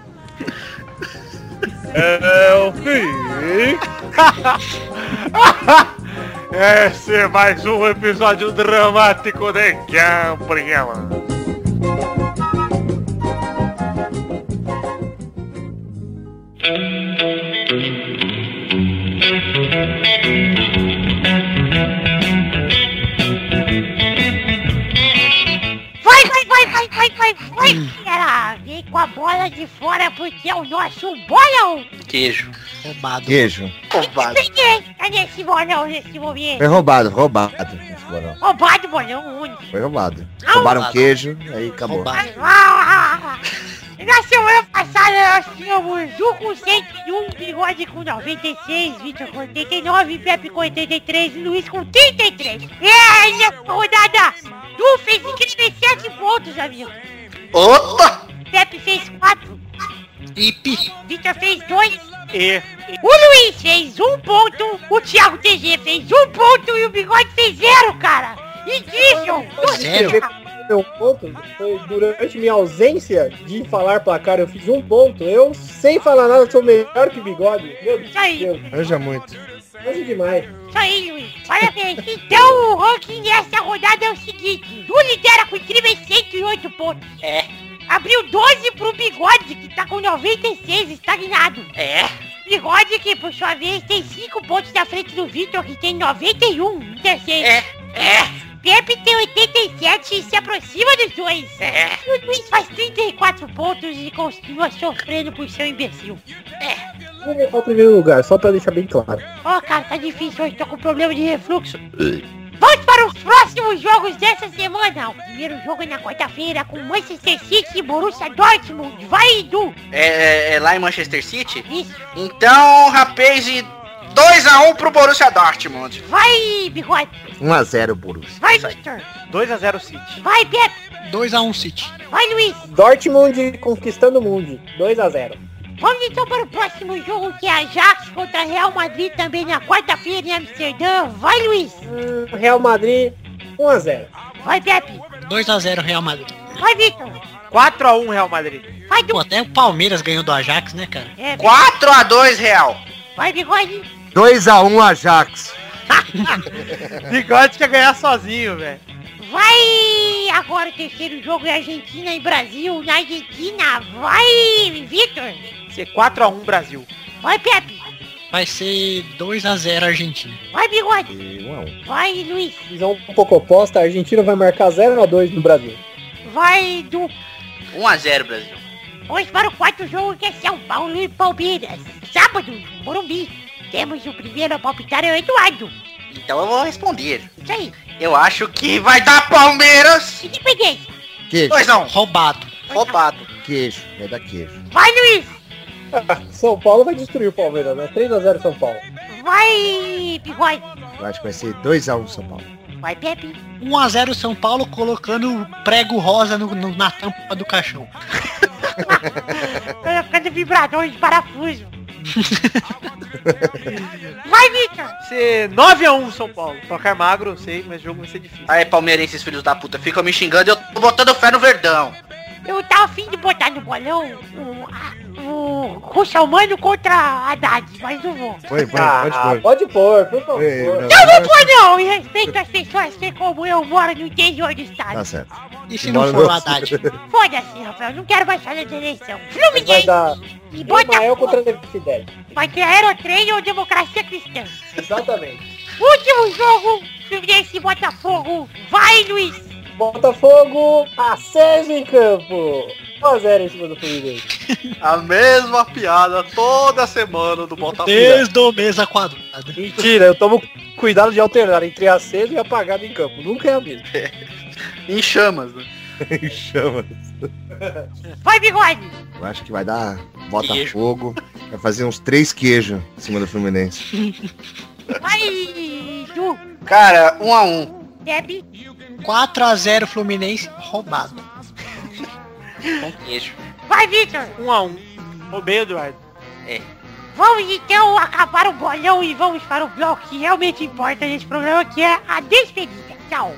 Speaker 7: É o fim. Esse é mais um episódio dramático de Gabriela.
Speaker 5: Vai, vai, vai, vai, vai, vai, vai, galera! Vem com a bola de fora porque é o nosso bolão!
Speaker 3: Queijo.
Speaker 6: Roubado.
Speaker 4: Queijo.
Speaker 3: Roubado.
Speaker 5: Ninguém tá nesse bolão nesse momento!
Speaker 4: Foi roubado, roubado. esse bolão.
Speaker 5: Roubado bolão único!
Speaker 4: Foi Ah, roubado. Roubaram queijo, aí acabou.
Speaker 6: Roubado.
Speaker 5: Ah, ah, ah, ah. Na semana passada nós tínhamos um com 101, Bigode com 96, Vitor com 89, Pepe com 83 e Luiz com 33. E aí, a É, rodada, Tu fez 57 pontos, amigo.
Speaker 3: Opa!
Speaker 5: Pepe fez 4,
Speaker 6: Ipe.
Speaker 5: Vitor fez 2,
Speaker 7: E
Speaker 5: o Luiz fez 1 ponto, o Thiago TG fez 1 ponto e o Bigode fez 0, cara. Incrível!
Speaker 6: Sério?
Speaker 11: Meu ponto foi durante minha ausência de falar placar, eu fiz um ponto. Eu, sem falar nada, sou melhor que bigode. Meu Deus,
Speaker 5: Isso aí.
Speaker 4: Anja muito.
Speaker 11: hoje demais.
Speaker 5: Isso aí, Luiz. Parabéns. Então, o ranking dessa rodada é o seguinte. Tu lidera com incríveis 108 pontos.
Speaker 3: É.
Speaker 5: Abriu 12 pro Bigode, que tá com 96, estagnado.
Speaker 3: É.
Speaker 5: Bigode, que por sua vez tem 5 pontos na frente do Victor, que tem 91, em um terceiro.
Speaker 3: É. É.
Speaker 5: Pepe tem 87 e se aproxima dos dois.
Speaker 3: É.
Speaker 5: E O Luiz faz 34 pontos e continua sofrendo por seu imbecil.
Speaker 11: Vou voltar ao primeiro lugar, é só pra deixar bem claro.
Speaker 5: Ó, cara, tá difícil hoje, tô com problema de refluxo. Vamos para os próximos jogos dessa semana. O primeiro jogo é na quarta-feira com Manchester City e Borussia Dortmund. Vai, Edu!
Speaker 3: É, é, é lá em Manchester City?
Speaker 5: Isso.
Speaker 3: Então, rapaz, e 2x1 pro Borussia Dortmund.
Speaker 5: Vai, Bigode!
Speaker 4: 1x0 Borussia.
Speaker 5: Vai, Victor!
Speaker 7: 2x0 City.
Speaker 5: Vai, Beto!
Speaker 6: 2x1 City.
Speaker 5: Vai, Luiz!
Speaker 11: Dortmund conquistando o mundo. 2 a 0
Speaker 5: Vamos então para o próximo jogo que é Ajax contra Real Madrid também na quarta-feira em Amsterdã. Vai, Luiz!
Speaker 11: Hum, Real Madrid, 1 a 0
Speaker 5: Vai, Pepe!
Speaker 6: 2x0 Real Madrid.
Speaker 5: Vai, Victor!
Speaker 7: 4x1 Real Madrid.
Speaker 5: Vai, Du!
Speaker 6: Pô, até o Palmeiras ganhou do Ajax, né, cara?
Speaker 5: É,
Speaker 3: 4x2 Real.
Speaker 5: vai, Bigode!
Speaker 4: 2x1 Ajax.
Speaker 7: Bigode quer ganhar sozinho, velho.
Speaker 5: Vai! Agora o terceiro jogo é Argentina e Brasil. Na Argentina, vai, Vitor!
Speaker 7: Ser 4x1 Brasil.
Speaker 5: Vai, Pepe!
Speaker 6: Vai ser 2x0 Argentina.
Speaker 5: Vai, Bigode!
Speaker 4: E 1x1.
Speaker 5: Vai, Luiz!
Speaker 11: Visão um pouco oposta, a Argentina vai marcar 0 a 2 no Brasil.
Speaker 5: Vai, Du!
Speaker 3: 1x0 Brasil.
Speaker 5: Hoje para o quarto jogo que é São Paulo e Palmeiras. Sábado, no Morumbi. Temos o primeiro a palpitar é o Eduardo.
Speaker 3: Então eu vou responder.
Speaker 5: Isso aí.
Speaker 3: Eu acho que vai dar Palmeiras.
Speaker 5: Independente.
Speaker 4: Queijo,
Speaker 3: 2x1.
Speaker 6: Roubado.
Speaker 3: Roubado.
Speaker 4: queijo. Vai dar queijo.
Speaker 5: Vai, Luiz!
Speaker 11: São Paulo vai destruir o Palmeiras, né? 3 a 0 São Paulo.
Speaker 5: Vai, Bigode!
Speaker 4: Eu acho que vai ser 2x1 São Paulo.
Speaker 5: Vai, Pepe!
Speaker 6: 1x0 São Paulo colocando o prego rosa no- no- na tampa do caixão.
Speaker 5: Tô ficando vibrador de parafuso. vai, Victor!
Speaker 7: Ser 9x1 São Paulo. Tocar magro, eu sei, mas o jogo vai ser difícil.
Speaker 3: Aí, palmeirenses, filhos da puta, ficam me xingando e eu tô botando fé no Verdão.
Speaker 5: Eu tava afim de botar no bolão o, a- o Ruxalmano contra Haddad, mas não vou.
Speaker 4: Foi, foi,
Speaker 11: Ah,
Speaker 4: pode pôr.
Speaker 11: pode pôr, por favor.
Speaker 4: Ei, não.
Speaker 5: Eu não vou não, e respeito às pessoas que como eu moro no interior do
Speaker 4: Tá
Speaker 5: estado.
Speaker 4: certo.
Speaker 6: E se não
Speaker 4: Bora,
Speaker 6: for o
Speaker 4: não.
Speaker 6: Haddad?
Speaker 5: Foda-se, Rafael, não quero mais falar de eleição.
Speaker 11: Vai
Speaker 5: Fluminense
Speaker 11: dar
Speaker 5: e
Speaker 11: Ismael
Speaker 5: Botafogo
Speaker 11: contra a Fidel.
Speaker 5: vai ter aerotrem ou democracia cristã.
Speaker 11: Exatamente.
Speaker 5: Último jogo, Fluminense e Botafogo. Vai, Luiz!
Speaker 11: Botafogo, aceso em campo. 1 a 0 em cima do Fluminense.
Speaker 12: A mesma piada toda semana do Botafogo.
Speaker 6: Desde o mesa quadrada.
Speaker 11: Mentira, eu tomo cuidado de alternar entre aceso e apagado em campo. Nunca é a mesma.
Speaker 12: Em chamas, né?
Speaker 4: em chamas.
Speaker 11: Vai, bigode!
Speaker 4: Eu acho que vai dar Botafogo. Vai fazer uns três queijos em cima do Fluminense.
Speaker 11: Vai, Ju!
Speaker 13: Cara, um a um.
Speaker 11: Deb!
Speaker 6: 4x0 Fluminense roubado.
Speaker 11: Vai, Victor!
Speaker 7: Um a um. Roubei, Eduardo.
Speaker 11: Vamos então acabar o bolão e vamos para o bloco que realmente importa nesse programa, que é a despedida. Tchau!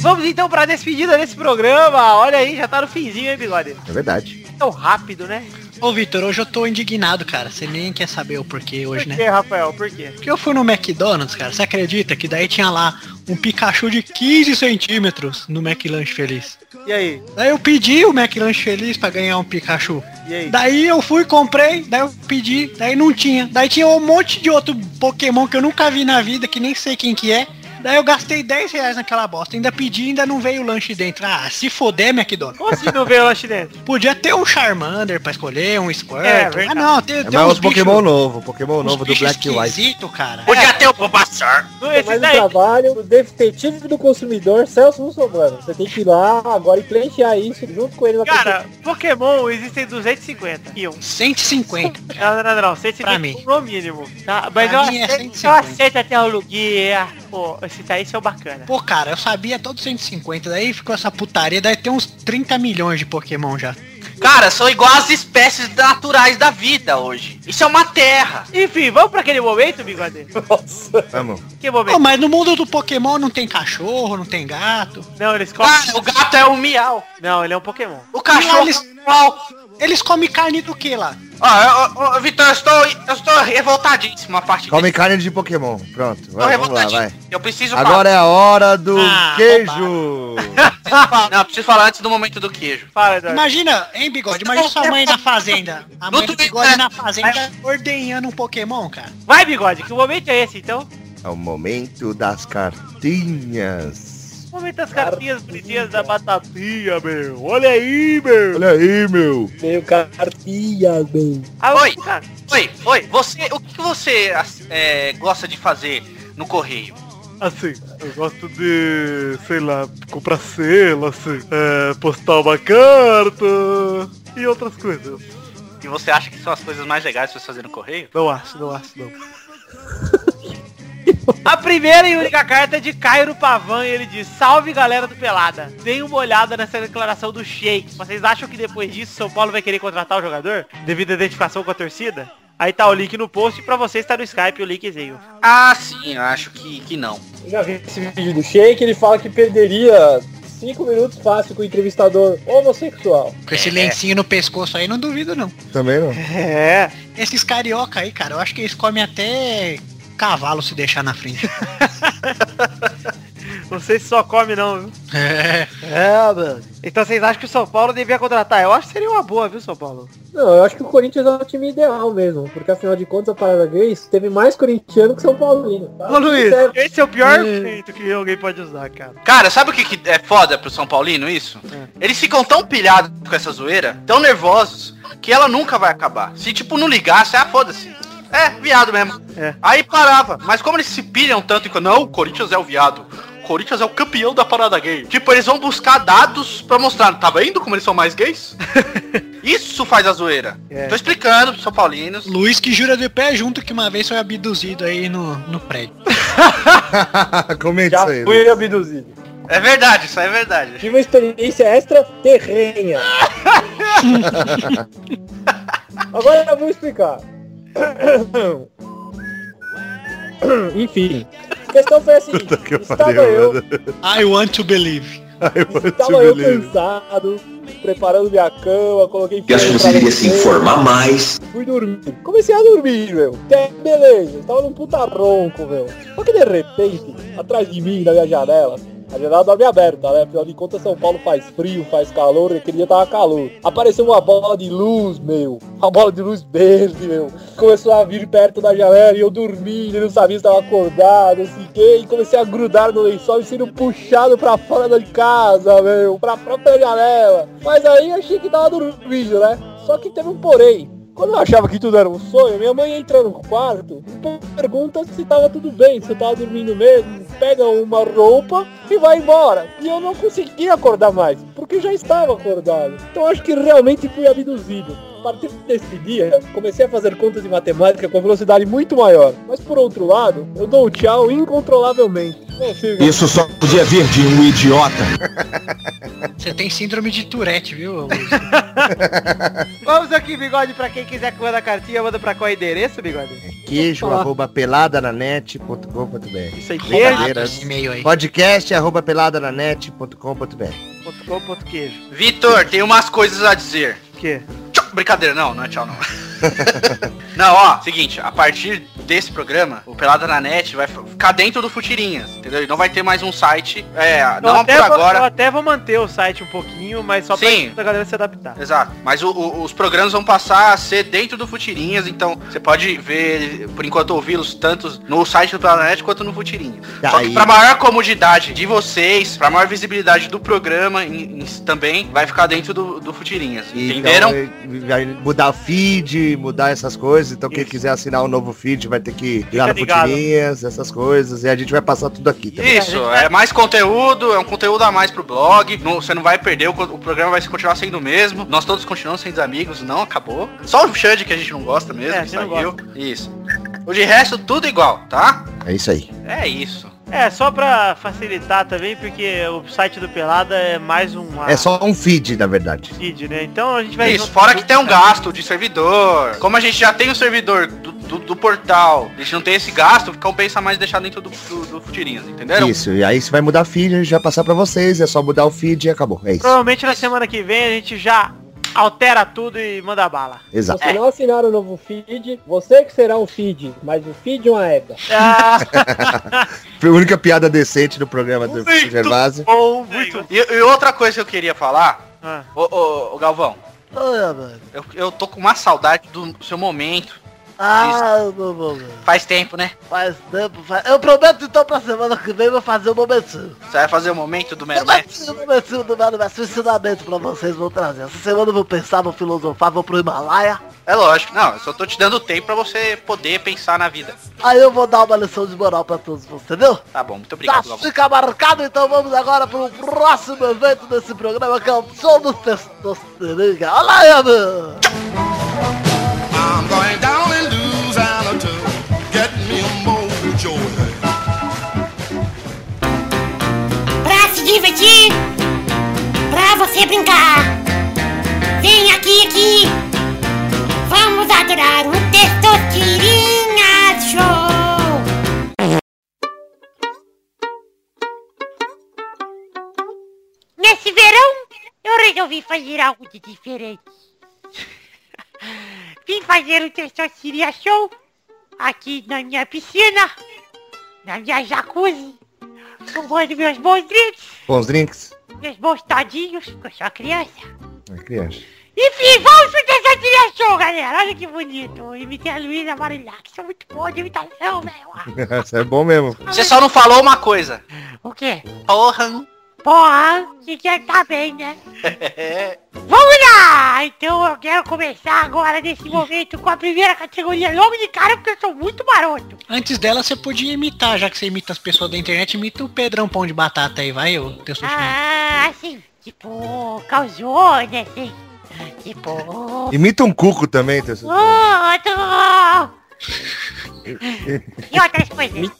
Speaker 7: Vamos então pra despedida desse programa. Olha aí, já tá no finzinho, hein, bigode?
Speaker 4: É verdade.
Speaker 7: Tão rápido, né?
Speaker 6: Ô, Vitor, hoje eu tô indignado, cara. Você nem quer saber o porquê
Speaker 7: Por
Speaker 6: hoje, né?
Speaker 7: quê, Rafael? Por quê?
Speaker 6: Porque eu fui no McDonald's, cara. Você acredita que daí tinha lá um Pikachu de 15 centímetros no McLanche Feliz?
Speaker 7: E aí?
Speaker 6: Daí eu pedi o McLanche Feliz pra ganhar um Pikachu.
Speaker 7: E aí?
Speaker 6: Daí eu fui, comprei, daí eu pedi, daí não tinha. Daí tinha um monte de outro Pokémon que eu nunca vi na vida, que nem sei quem que é. Daí eu gastei 10 reais naquela bosta. Ainda pedi, ainda não veio o lanche dentro. Ah, se foder, McDonald's.
Speaker 7: Como assim não veio o lanche dentro?
Speaker 6: Podia ter um Charmander pra escolher, um Squirtle.
Speaker 7: É, verdade.
Speaker 6: ah, não, tem,
Speaker 4: É
Speaker 6: tem
Speaker 4: mais
Speaker 6: uns
Speaker 4: um
Speaker 6: bichos-
Speaker 4: Pokémon novo, Pokémon
Speaker 6: uns
Speaker 4: novo do
Speaker 6: bichos
Speaker 4: Black e White.
Speaker 6: esquisito, cara.
Speaker 13: Podia ter o Bulbasaur.
Speaker 7: Não,
Speaker 5: É
Speaker 7: esse
Speaker 5: mais um
Speaker 7: daí.
Speaker 5: trabalho do detetive do consumidor Celso Russomano. Você tem que ir lá agora e preencher isso junto com ele na
Speaker 7: Cara, Pokémon existem 250. E um.
Speaker 6: 150.
Speaker 7: Não, não, não, não.
Speaker 6: Pra
Speaker 7: 150
Speaker 6: mim.
Speaker 7: no mínimo. Tá? Mas
Speaker 6: Pra
Speaker 7: eu
Speaker 6: mim é
Speaker 7: aceito,
Speaker 6: 150.
Speaker 7: eu aceito até o Lugia. Pô, esse daí isso é o bacana.
Speaker 6: Pô, cara, eu sabia todos 150, daí ficou essa putaria, daí tem uns 30 milhões de Pokémon já.
Speaker 3: Cara, são igual as espécies naturais da vida hoje. Isso é uma terra.
Speaker 7: Enfim, vamos pra aquele momento, bigode?
Speaker 4: Vamos.
Speaker 7: Que
Speaker 6: Pô,
Speaker 7: momento?
Speaker 6: mas no mundo do Pokémon não tem cachorro, não tem gato.
Speaker 7: Não, eles comem.
Speaker 3: Cara, o gato é um miau.
Speaker 7: Não, ele é um Pokémon.
Speaker 3: O cachorro
Speaker 6: Eles-
Speaker 3: é um miau.
Speaker 6: Eles comem carne do que lá?
Speaker 3: Ó, eu- eu- eu- Vitor, eu estou, eu estou revoltadíssimo a partir
Speaker 4: Come carne de Pokémon. Pronto.
Speaker 3: Estou
Speaker 4: Vai, vamos lá,
Speaker 3: revoltadíssimo.
Speaker 4: vai.
Speaker 3: é Eu preciso
Speaker 4: Agora é a hora do
Speaker 6: Ah,
Speaker 4: queijo.
Speaker 3: falar. Não, eu preciso falar antes do momento do queijo.
Speaker 7: Fala, Eduardo.
Speaker 6: Imagina, hein, bigode? Imagina sua mãe na fazenda. A mãe do
Speaker 3: Twitter.
Speaker 6: bigode na fazenda ordenhando um Pokémon, cara.
Speaker 7: Vai, bigode, que o momento é esse, então?
Speaker 4: É o momento das cartinhas.
Speaker 7: O momento das cartinhas bonitinhas da batatinha, meu. Olha aí, meu.
Speaker 4: Olha aí, meu.
Speaker 5: Meio cartinha, meu.
Speaker 7: Ah,
Speaker 3: Oi.
Speaker 7: cara,
Speaker 3: Oi, oi, você, o que você é, gosta de fazer no correio?
Speaker 7: Assim, eu gosto de, sei lá, comprar selo, assim, é, postar uma carta e outras coisas.
Speaker 3: E você acha que são as coisas mais legais pra você fazer no correio?
Speaker 7: Não acho, não acho, não. A primeira e única carta é de Cairo Pavan e ele diz Salve galera do Pelada, deem uma olhada nessa declaração do Sheik. Vocês acham que depois disso São Paulo vai querer contratar o jogador? Devido à identificação com a torcida? Aí tá o link no post e pra você está no Skype o linkzinho.
Speaker 3: Ah, sim, eu acho que, que não.
Speaker 5: Eu já vi esse vídeo do Shake, ele fala que perderia 5 minutos fácil com o entrevistador homossexual.
Speaker 4: É,
Speaker 6: Com esse lencinho no pescoço aí, não duvido, não.
Speaker 4: Também não.
Speaker 7: É,
Speaker 6: Esses carioca aí, cara, eu acho que eles comem até cavalo se deixar na frente.
Speaker 7: vocês só come não, viu?
Speaker 6: É.
Speaker 2: É, mano.
Speaker 7: Então vocês acham que o São Paulo devia contratar? Eu acho que seria uma boa, viu, São Paulo?
Speaker 5: Não, eu acho que o Corinthians é o time ideal mesmo, porque afinal de contas a Parada Grace teve mais corintiano que São Paulino. Tá?
Speaker 7: Ô Luiz,
Speaker 5: Sério.
Speaker 7: esse é o pior jeito que alguém pode usar, cara.
Speaker 3: Cara, sabe o que, que é foda pro São Paulino isso?
Speaker 7: É.
Speaker 3: Eles ficam tão pilhados com essa zoeira, tão nervosos, que ela nunca vai acabar. Se tipo não ligasse, ah, foda-se. É, viado mesmo.
Speaker 7: É.
Speaker 3: Aí parava. Mas como eles se pilham tanto e não, o Corinthians é o viado. O Corinthians é o campeão da parada gay. Tipo, eles vão buscar dados pra mostrar. Tá vendo como eles são mais gays? Isso faz a zoeira.
Speaker 7: É.
Speaker 3: Tô explicando pros São Paulinos.
Speaker 6: Luiz que jura de pé junto que uma vez foi abduzido aí no, no prédio.
Speaker 4: Comenta
Speaker 5: Já
Speaker 4: isso aí. né?
Speaker 5: fui abduzido.
Speaker 3: É verdade, isso aí é verdade.
Speaker 5: Tive uma experiência extra terrenha. Agora eu vou explicar. Enfim. A questão foi a seguinte.
Speaker 4: Puta que eu
Speaker 5: estava
Speaker 4: pariu,
Speaker 5: eu,
Speaker 4: mano.
Speaker 6: I want to believe.
Speaker 4: Ai, mano,
Speaker 5: estava eu
Speaker 4: beleza.
Speaker 5: cansado, preparando minha cama, coloquei
Speaker 14: Eu acho que você
Speaker 5: pra
Speaker 14: devia se
Speaker 5: mexer.
Speaker 14: informar mais.
Speaker 5: Fui dormir. Comecei a dormir, meu. Até beleza, tava num puta ronco, meu. Só que de repente, atrás de mim, da minha janela, a janela dorme aberta, né? Afinal de contas, São Paulo faz frio, faz calor, e aquele dia tava calor. Apareceu uma bola de luz, meu. Uma bola de luz verde, meu. Começou a vir perto da janela e eu dormi, eu não sabia se tava acordado, não sei o quê. E comecei a grudar no lençol e sendo puxado pra fora da de casa, meu. Pra própria janela. Mas aí achei que tava dormindo, né? Só que teve um porém. Quando eu achava que tudo era um sonho, minha mãe entra no quarto e pergunta se tava tudo bem, se eu tava dormindo mesmo, pega uma roupa e vai embora. E eu não conseguia acordar mais, porque já estava acordado. Então eu acho que realmente fui abduzido. A partir desse dia, comecei a fazer contas de matemática com velocidade muito maior. Mas por outro lado, eu dou tchau incontrolavelmente. Bom, filho,
Speaker 14: Isso só podia vir de um idiota.
Speaker 6: Você tem síndrome de Tourette, viu? Luiz?
Speaker 7: Vamos aqui, bigode, pra quem quiser que manda cartinha, manda pra qual endereço, bigode?
Speaker 4: É Queijo, arroba peladananet.com.br.
Speaker 7: Isso aí,
Speaker 4: Brincadeira.
Speaker 7: queijo. Esse e-mail aí.
Speaker 4: Podcast, arroba peladananet.com.br.
Speaker 7: Com, ponto queijo.
Speaker 3: Vitor, tem umas coisas a dizer.
Speaker 7: Que?
Speaker 3: Tchau, brincadeira, não, não é tchau, não. não, ó, seguinte, a partir desse programa, o Pelada na Net vai ficar dentro do Futirinhas, entendeu? E não vai ter mais um site. É,
Speaker 7: Eu
Speaker 3: não por
Speaker 7: até vou,
Speaker 3: agora.
Speaker 7: Eu até vou manter o site um pouquinho, mas só pra,
Speaker 3: Sim.
Speaker 7: pra galera se adaptar.
Speaker 3: Exato. Mas o- o- os programas vão passar a ser dentro do Futirinhas, então você pode ver, por enquanto, ouvi-los tanto no site do Planeta quanto no Futirinhas.
Speaker 4: Tá
Speaker 3: Só que
Speaker 4: aí.
Speaker 3: pra maior comodidade de vocês, pra maior visibilidade do programa em- em- também, vai ficar dentro do, do Futirinhas. Entenderam?
Speaker 4: Então, vai mudar feed, mudar essas coisas. Então quem quiser assinar um novo feed vai ter que ir lá no
Speaker 3: ligado.
Speaker 4: Futirinhas, essas coisas. E a gente vai passar tudo aqui. Tá
Speaker 3: Isso, é mais conteúdo, é um conteúdo a mais pro blog, não- você não vai perder, o, co- o programa vai continuar sendo o mesmo, nós todos continuamos sendo amigos, não acabou. Só o Xande que a gente não gosta mesmo,
Speaker 7: É, a
Speaker 3: que
Speaker 7: gente não
Speaker 3: saiu. Isso. O de resto, tudo igual, tá?
Speaker 4: É isso aí.
Speaker 3: É isso.
Speaker 7: É, só pra facilitar também, porque o site do Pelada é mais um
Speaker 3: Ah.
Speaker 4: É só um feed, na verdade.
Speaker 7: feed, né? Então a gente vai...
Speaker 3: Isso, fora que tem um gasto de servidor. Como a gente já tem o servidor do, do- do portal, a gente não tem esse gasto, compensa mais deixar dentro do, do, do Futirinhas, entenderam?
Speaker 4: Isso, e aí você vai mudar feed, a gente vai passar pra vocês, é só mudar o feed e acabou. É isso.
Speaker 7: Provavelmente na semana que vem a gente já altera tudo e manda bala.
Speaker 4: Exato.
Speaker 5: Se não assinar o novo feed, você que será o feed, mas o feed é uma época.
Speaker 4: Foi a única piada decente do programa do Gervásio.
Speaker 7: Bom, muito
Speaker 3: E, e outra coisa que eu queria falar,
Speaker 7: Ah.
Speaker 3: ô, ô, ô, Galvão,
Speaker 2: Olha, é, mano.
Speaker 3: eu, eu tô com uma saudade do seu momento.
Speaker 2: Ah, meu momento.
Speaker 3: Faz tempo, né?
Speaker 2: Faz tempo, faz... Eu prometo então pra semana que vem eu vou fazer um momentinho.
Speaker 3: Você vai fazer o momento do Mero
Speaker 2: Um momentinho do Mano Mestre, um ensinamento pra vocês vou trazer. Essa semana eu vou pensar, vou filosofar, vou pro Himalaia.
Speaker 3: É lógico, não, eu só tô te dando tempo pra você poder pensar na vida.
Speaker 2: Aí eu vou dar uma lição de moral pra todos vocês, entendeu?
Speaker 3: Tá bom, muito obrigado,
Speaker 2: tá,
Speaker 3: Galvão.
Speaker 2: fica marcado, então vamos agora pro próximo evento desse programa que é o Som do Testosterona. Olha lá, meu amigo.
Speaker 1: I'm going down in Louisiana to get me a motor joy.
Speaker 11: Pra se divertir, pra você brincar. Vem aqui, aqui. Vamos adorar o Testosterinha Show. Nesse verão, eu resolvi fazer algo de diferente. Vim fazer o Testosterinha Show aqui na minha piscina, na minha jacuzzi, tomando meus bons drinks.
Speaker 4: Bons drinks?
Speaker 11: Meus bons tadinhos, porque eu sou criança.
Speaker 4: É criança.
Speaker 11: Enfim, vamos pro Desafio Show, galera. Olha que bonito. Eu Imitei a Luísa Marilac. Sou muito bom de imitação, velho. Ah,
Speaker 4: Isso é bom mesmo.
Speaker 3: Você só não falou uma coisa.
Speaker 11: O quê?
Speaker 3: Porra.
Speaker 11: Porra, que já tá bem, né? Vamos lá! Então eu quero começar agora, nesse momento, com a primeira categoria logo de cara, porque eu sou muito maroto.
Speaker 6: Antes dela, você podia imitar, já que você imita as pessoas da internet, imita o Pedrão Pão de Batata aí, vai, ô Testosterone.
Speaker 11: Ah, assim, tipo, causou, né, assim. Tipo...
Speaker 4: Imita um cuco também, Tessu.
Speaker 11: Outro! E outras coisas.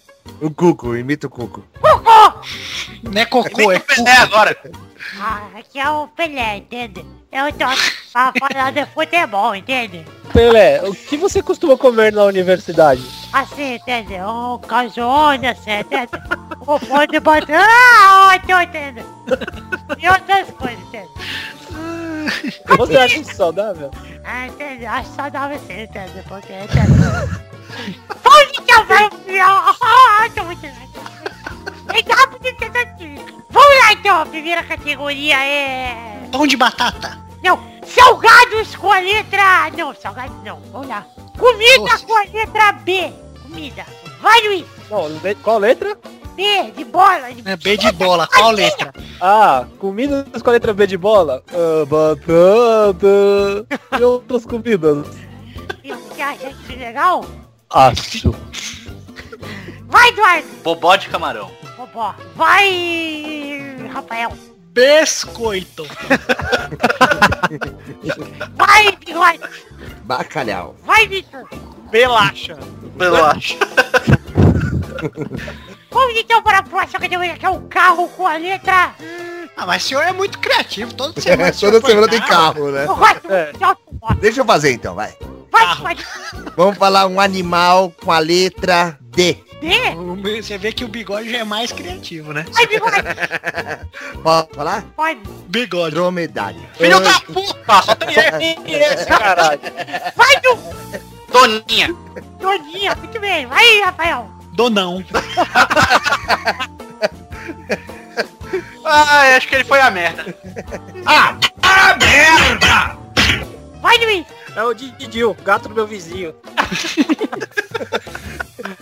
Speaker 4: O Um cuco, imita o cuco.
Speaker 11: Cocô!
Speaker 6: Não é cocô, é cu.
Speaker 3: É agora.
Speaker 11: Ah, aqui é o Pelé, entende? Eu tô pra falar de futebol, entende?
Speaker 5: Pelé, o que você costuma comer na universidade?
Speaker 11: Assim, entende? Um cajone, assim, entende? Um pão de batata, ah, ótimo, entende? E outras coisas, entende?
Speaker 5: Você acha isso saudável?
Speaker 11: Ah, entende? Acho saudável sim, entende? Porque, entende? Pão de cavalo, ah, ah, tô muito bem. É rápido, entende? Vamos lá, então, a primeira categoria é...
Speaker 6: Pão de batata.
Speaker 11: Não, salgados com a letra... Não, salgados não, vamos lá. Comida com a letra B. Comida. Vai, Luiz.
Speaker 5: Não, le- qual letra?
Speaker 11: B, de bola. De...
Speaker 6: É B de bola, qual letra?
Speaker 5: Ah, comidas com a letra B de bola? Ah, batata e outras comidas.
Speaker 11: Você acha isso legal?
Speaker 5: Acho.
Speaker 11: Vai, Eduardo!
Speaker 3: Bobó de camarão.
Speaker 11: Bobó. Vai, Rafael.
Speaker 6: Biscoito.
Speaker 11: Vai, Bigode.
Speaker 4: Bacalhau.
Speaker 11: Vai, Vitor.
Speaker 7: Belacha.
Speaker 3: Belacha.
Speaker 11: Vamos então para a próxima categoria, que é o carro com a letra... hum,
Speaker 6: Ah, mas o senhor é muito criativo, toda
Speaker 4: semana. É, Toda semana tem carro, né?
Speaker 11: Eu gosto muito de automóvel.
Speaker 4: Deixa eu fazer então, vai.
Speaker 11: Vai, pode
Speaker 4: Vamos falar um animal com a letra D.
Speaker 6: D? Você vê que o bigode já é mais criativo, né?
Speaker 11: Ai, bigode!
Speaker 4: Posso falar?
Speaker 11: Pode.
Speaker 4: Bigode. Dromedário.
Speaker 3: Filho da puta! Só tem esse, caralho.
Speaker 11: Vai, Du!
Speaker 3: Doninha.
Speaker 11: Doninha, muito bem. Vai, Rafael.
Speaker 6: Donão.
Speaker 3: Ah, acho que ele foi a merda.
Speaker 8: Ah, a merda!
Speaker 11: Vai, Luiz.
Speaker 5: É o Didil, gato do meu vizinho.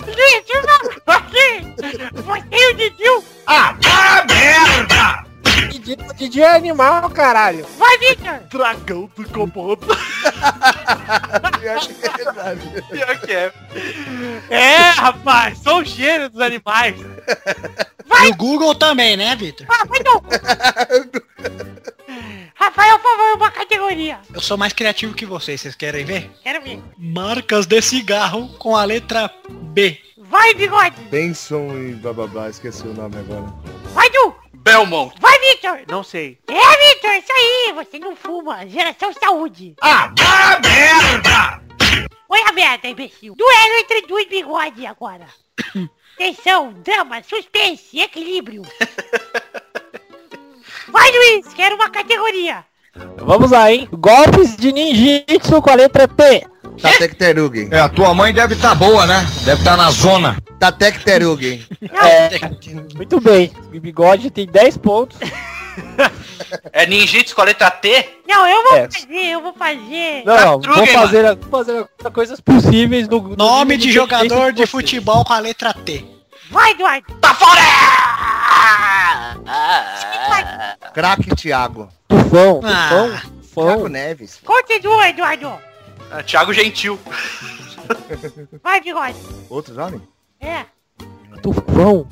Speaker 11: Gente, não, aqui. Você e o Didil.
Speaker 8: Ah, a merda!
Speaker 5: Didi, Didi é animal, caralho.
Speaker 11: Vai, Victor.
Speaker 7: Dragão do Komodo. Pior que é. É, rapaz, sou o gênio dos animais.
Speaker 6: E o Google também, né, Vitor?
Speaker 11: Ah, vai, Du. Rafael, por favor, uma categoria.
Speaker 6: Eu sou mais criativo que vocês, vocês querem ver?
Speaker 11: Quero ver.
Speaker 6: Marcas de cigarro com a letra B.
Speaker 11: Vai, Bigode.
Speaker 4: Benson e blá blá blá, esqueci o nome agora.
Speaker 11: Vai, Du.
Speaker 3: Belmont.
Speaker 11: Vai, Victor.
Speaker 7: Não sei.
Speaker 11: É, Victor, isso aí. Você não fuma. Geração saúde.
Speaker 8: Ah, a merda!
Speaker 11: Oi, a merda, imbecil. Duelo entre dois bigodes agora. Tensão, drama, suspense, equilíbrio. Vai, Luiz, quero uma categoria.
Speaker 5: Vamos lá, hein? Golpes de ninjitsu com a letra T.
Speaker 4: Tatec Terugin.
Speaker 14: É, a tua mãe deve estar boa, né? Deve estar na zona.
Speaker 4: Tatec Terugin.
Speaker 5: Muito bem. O bigode tem 10 pontos.
Speaker 3: É ninjitsu com a letra T?
Speaker 11: Não, eu vou
Speaker 5: É.
Speaker 11: fazer, eu vou fazer.
Speaker 5: Não, não.
Speaker 3: Truque,
Speaker 5: Vou
Speaker 3: hein,
Speaker 5: fazer, a- vou fazer as coisas possíveis no, no
Speaker 6: Nome
Speaker 5: nível
Speaker 6: de jogador
Speaker 5: inteligência
Speaker 6: de
Speaker 5: vocês.
Speaker 6: futebol com a letra T.
Speaker 11: Vai, Eduardo.
Speaker 3: Tá fora! Ah,
Speaker 11: Vai.
Speaker 4: Craque Thiago.
Speaker 5: Tufão,
Speaker 6: Ah.
Speaker 5: tufão,
Speaker 4: Thiago
Speaker 5: tufão.
Speaker 4: Neves.
Speaker 11: Continua, Eduardo.
Speaker 3: Ah, Thiago Gentil.
Speaker 11: Vai, Bigode.
Speaker 4: Outro nome?
Speaker 11: É.
Speaker 5: Tufão.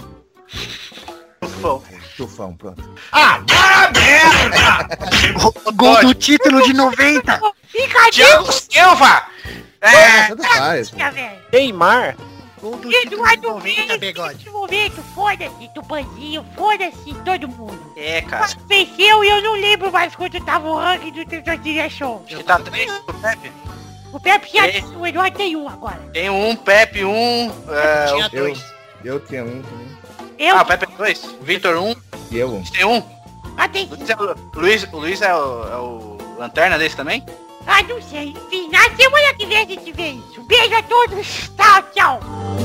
Speaker 3: Tufão.
Speaker 4: Tufão, pronto.
Speaker 3: Ah,
Speaker 8: A merda!
Speaker 6: Gol do título de 90.
Speaker 11: Picadinho,
Speaker 3: Thiago Silva! É,
Speaker 4: Tanto faz.
Speaker 11: velho.
Speaker 5: Neymar.
Speaker 6: Gol do título de
Speaker 11: Eduardo
Speaker 6: 90,
Speaker 11: Mendes,
Speaker 6: bigode.
Speaker 11: nesse momento, foda-se, Tupandinho, foda-se, todo mundo.
Speaker 3: é cara.
Speaker 11: Mas venceu e eu não lembro mais quanto tava o ranking do Tentativa Show.
Speaker 3: Acho que tá três pro Pepe.
Speaker 11: O Pepe tinha
Speaker 3: É.
Speaker 11: um, o Eduardo tem um agora.
Speaker 3: Tem um, Pepe um. é,
Speaker 6: Tinha
Speaker 4: eu-
Speaker 6: dois.
Speaker 4: Eu tinha um também.
Speaker 11: Eu,
Speaker 3: Ah, o Pepe é dois. O Victor um.
Speaker 4: E eu um.
Speaker 3: Tem um.
Speaker 11: atenção.
Speaker 3: Luiz é o, Luiz, o Luiz é o, é o lanterna desse também?
Speaker 11: Ah, não sei. Enfim, na semana que vem a gente vê isso. Beijo a todos. Tchau, tchau.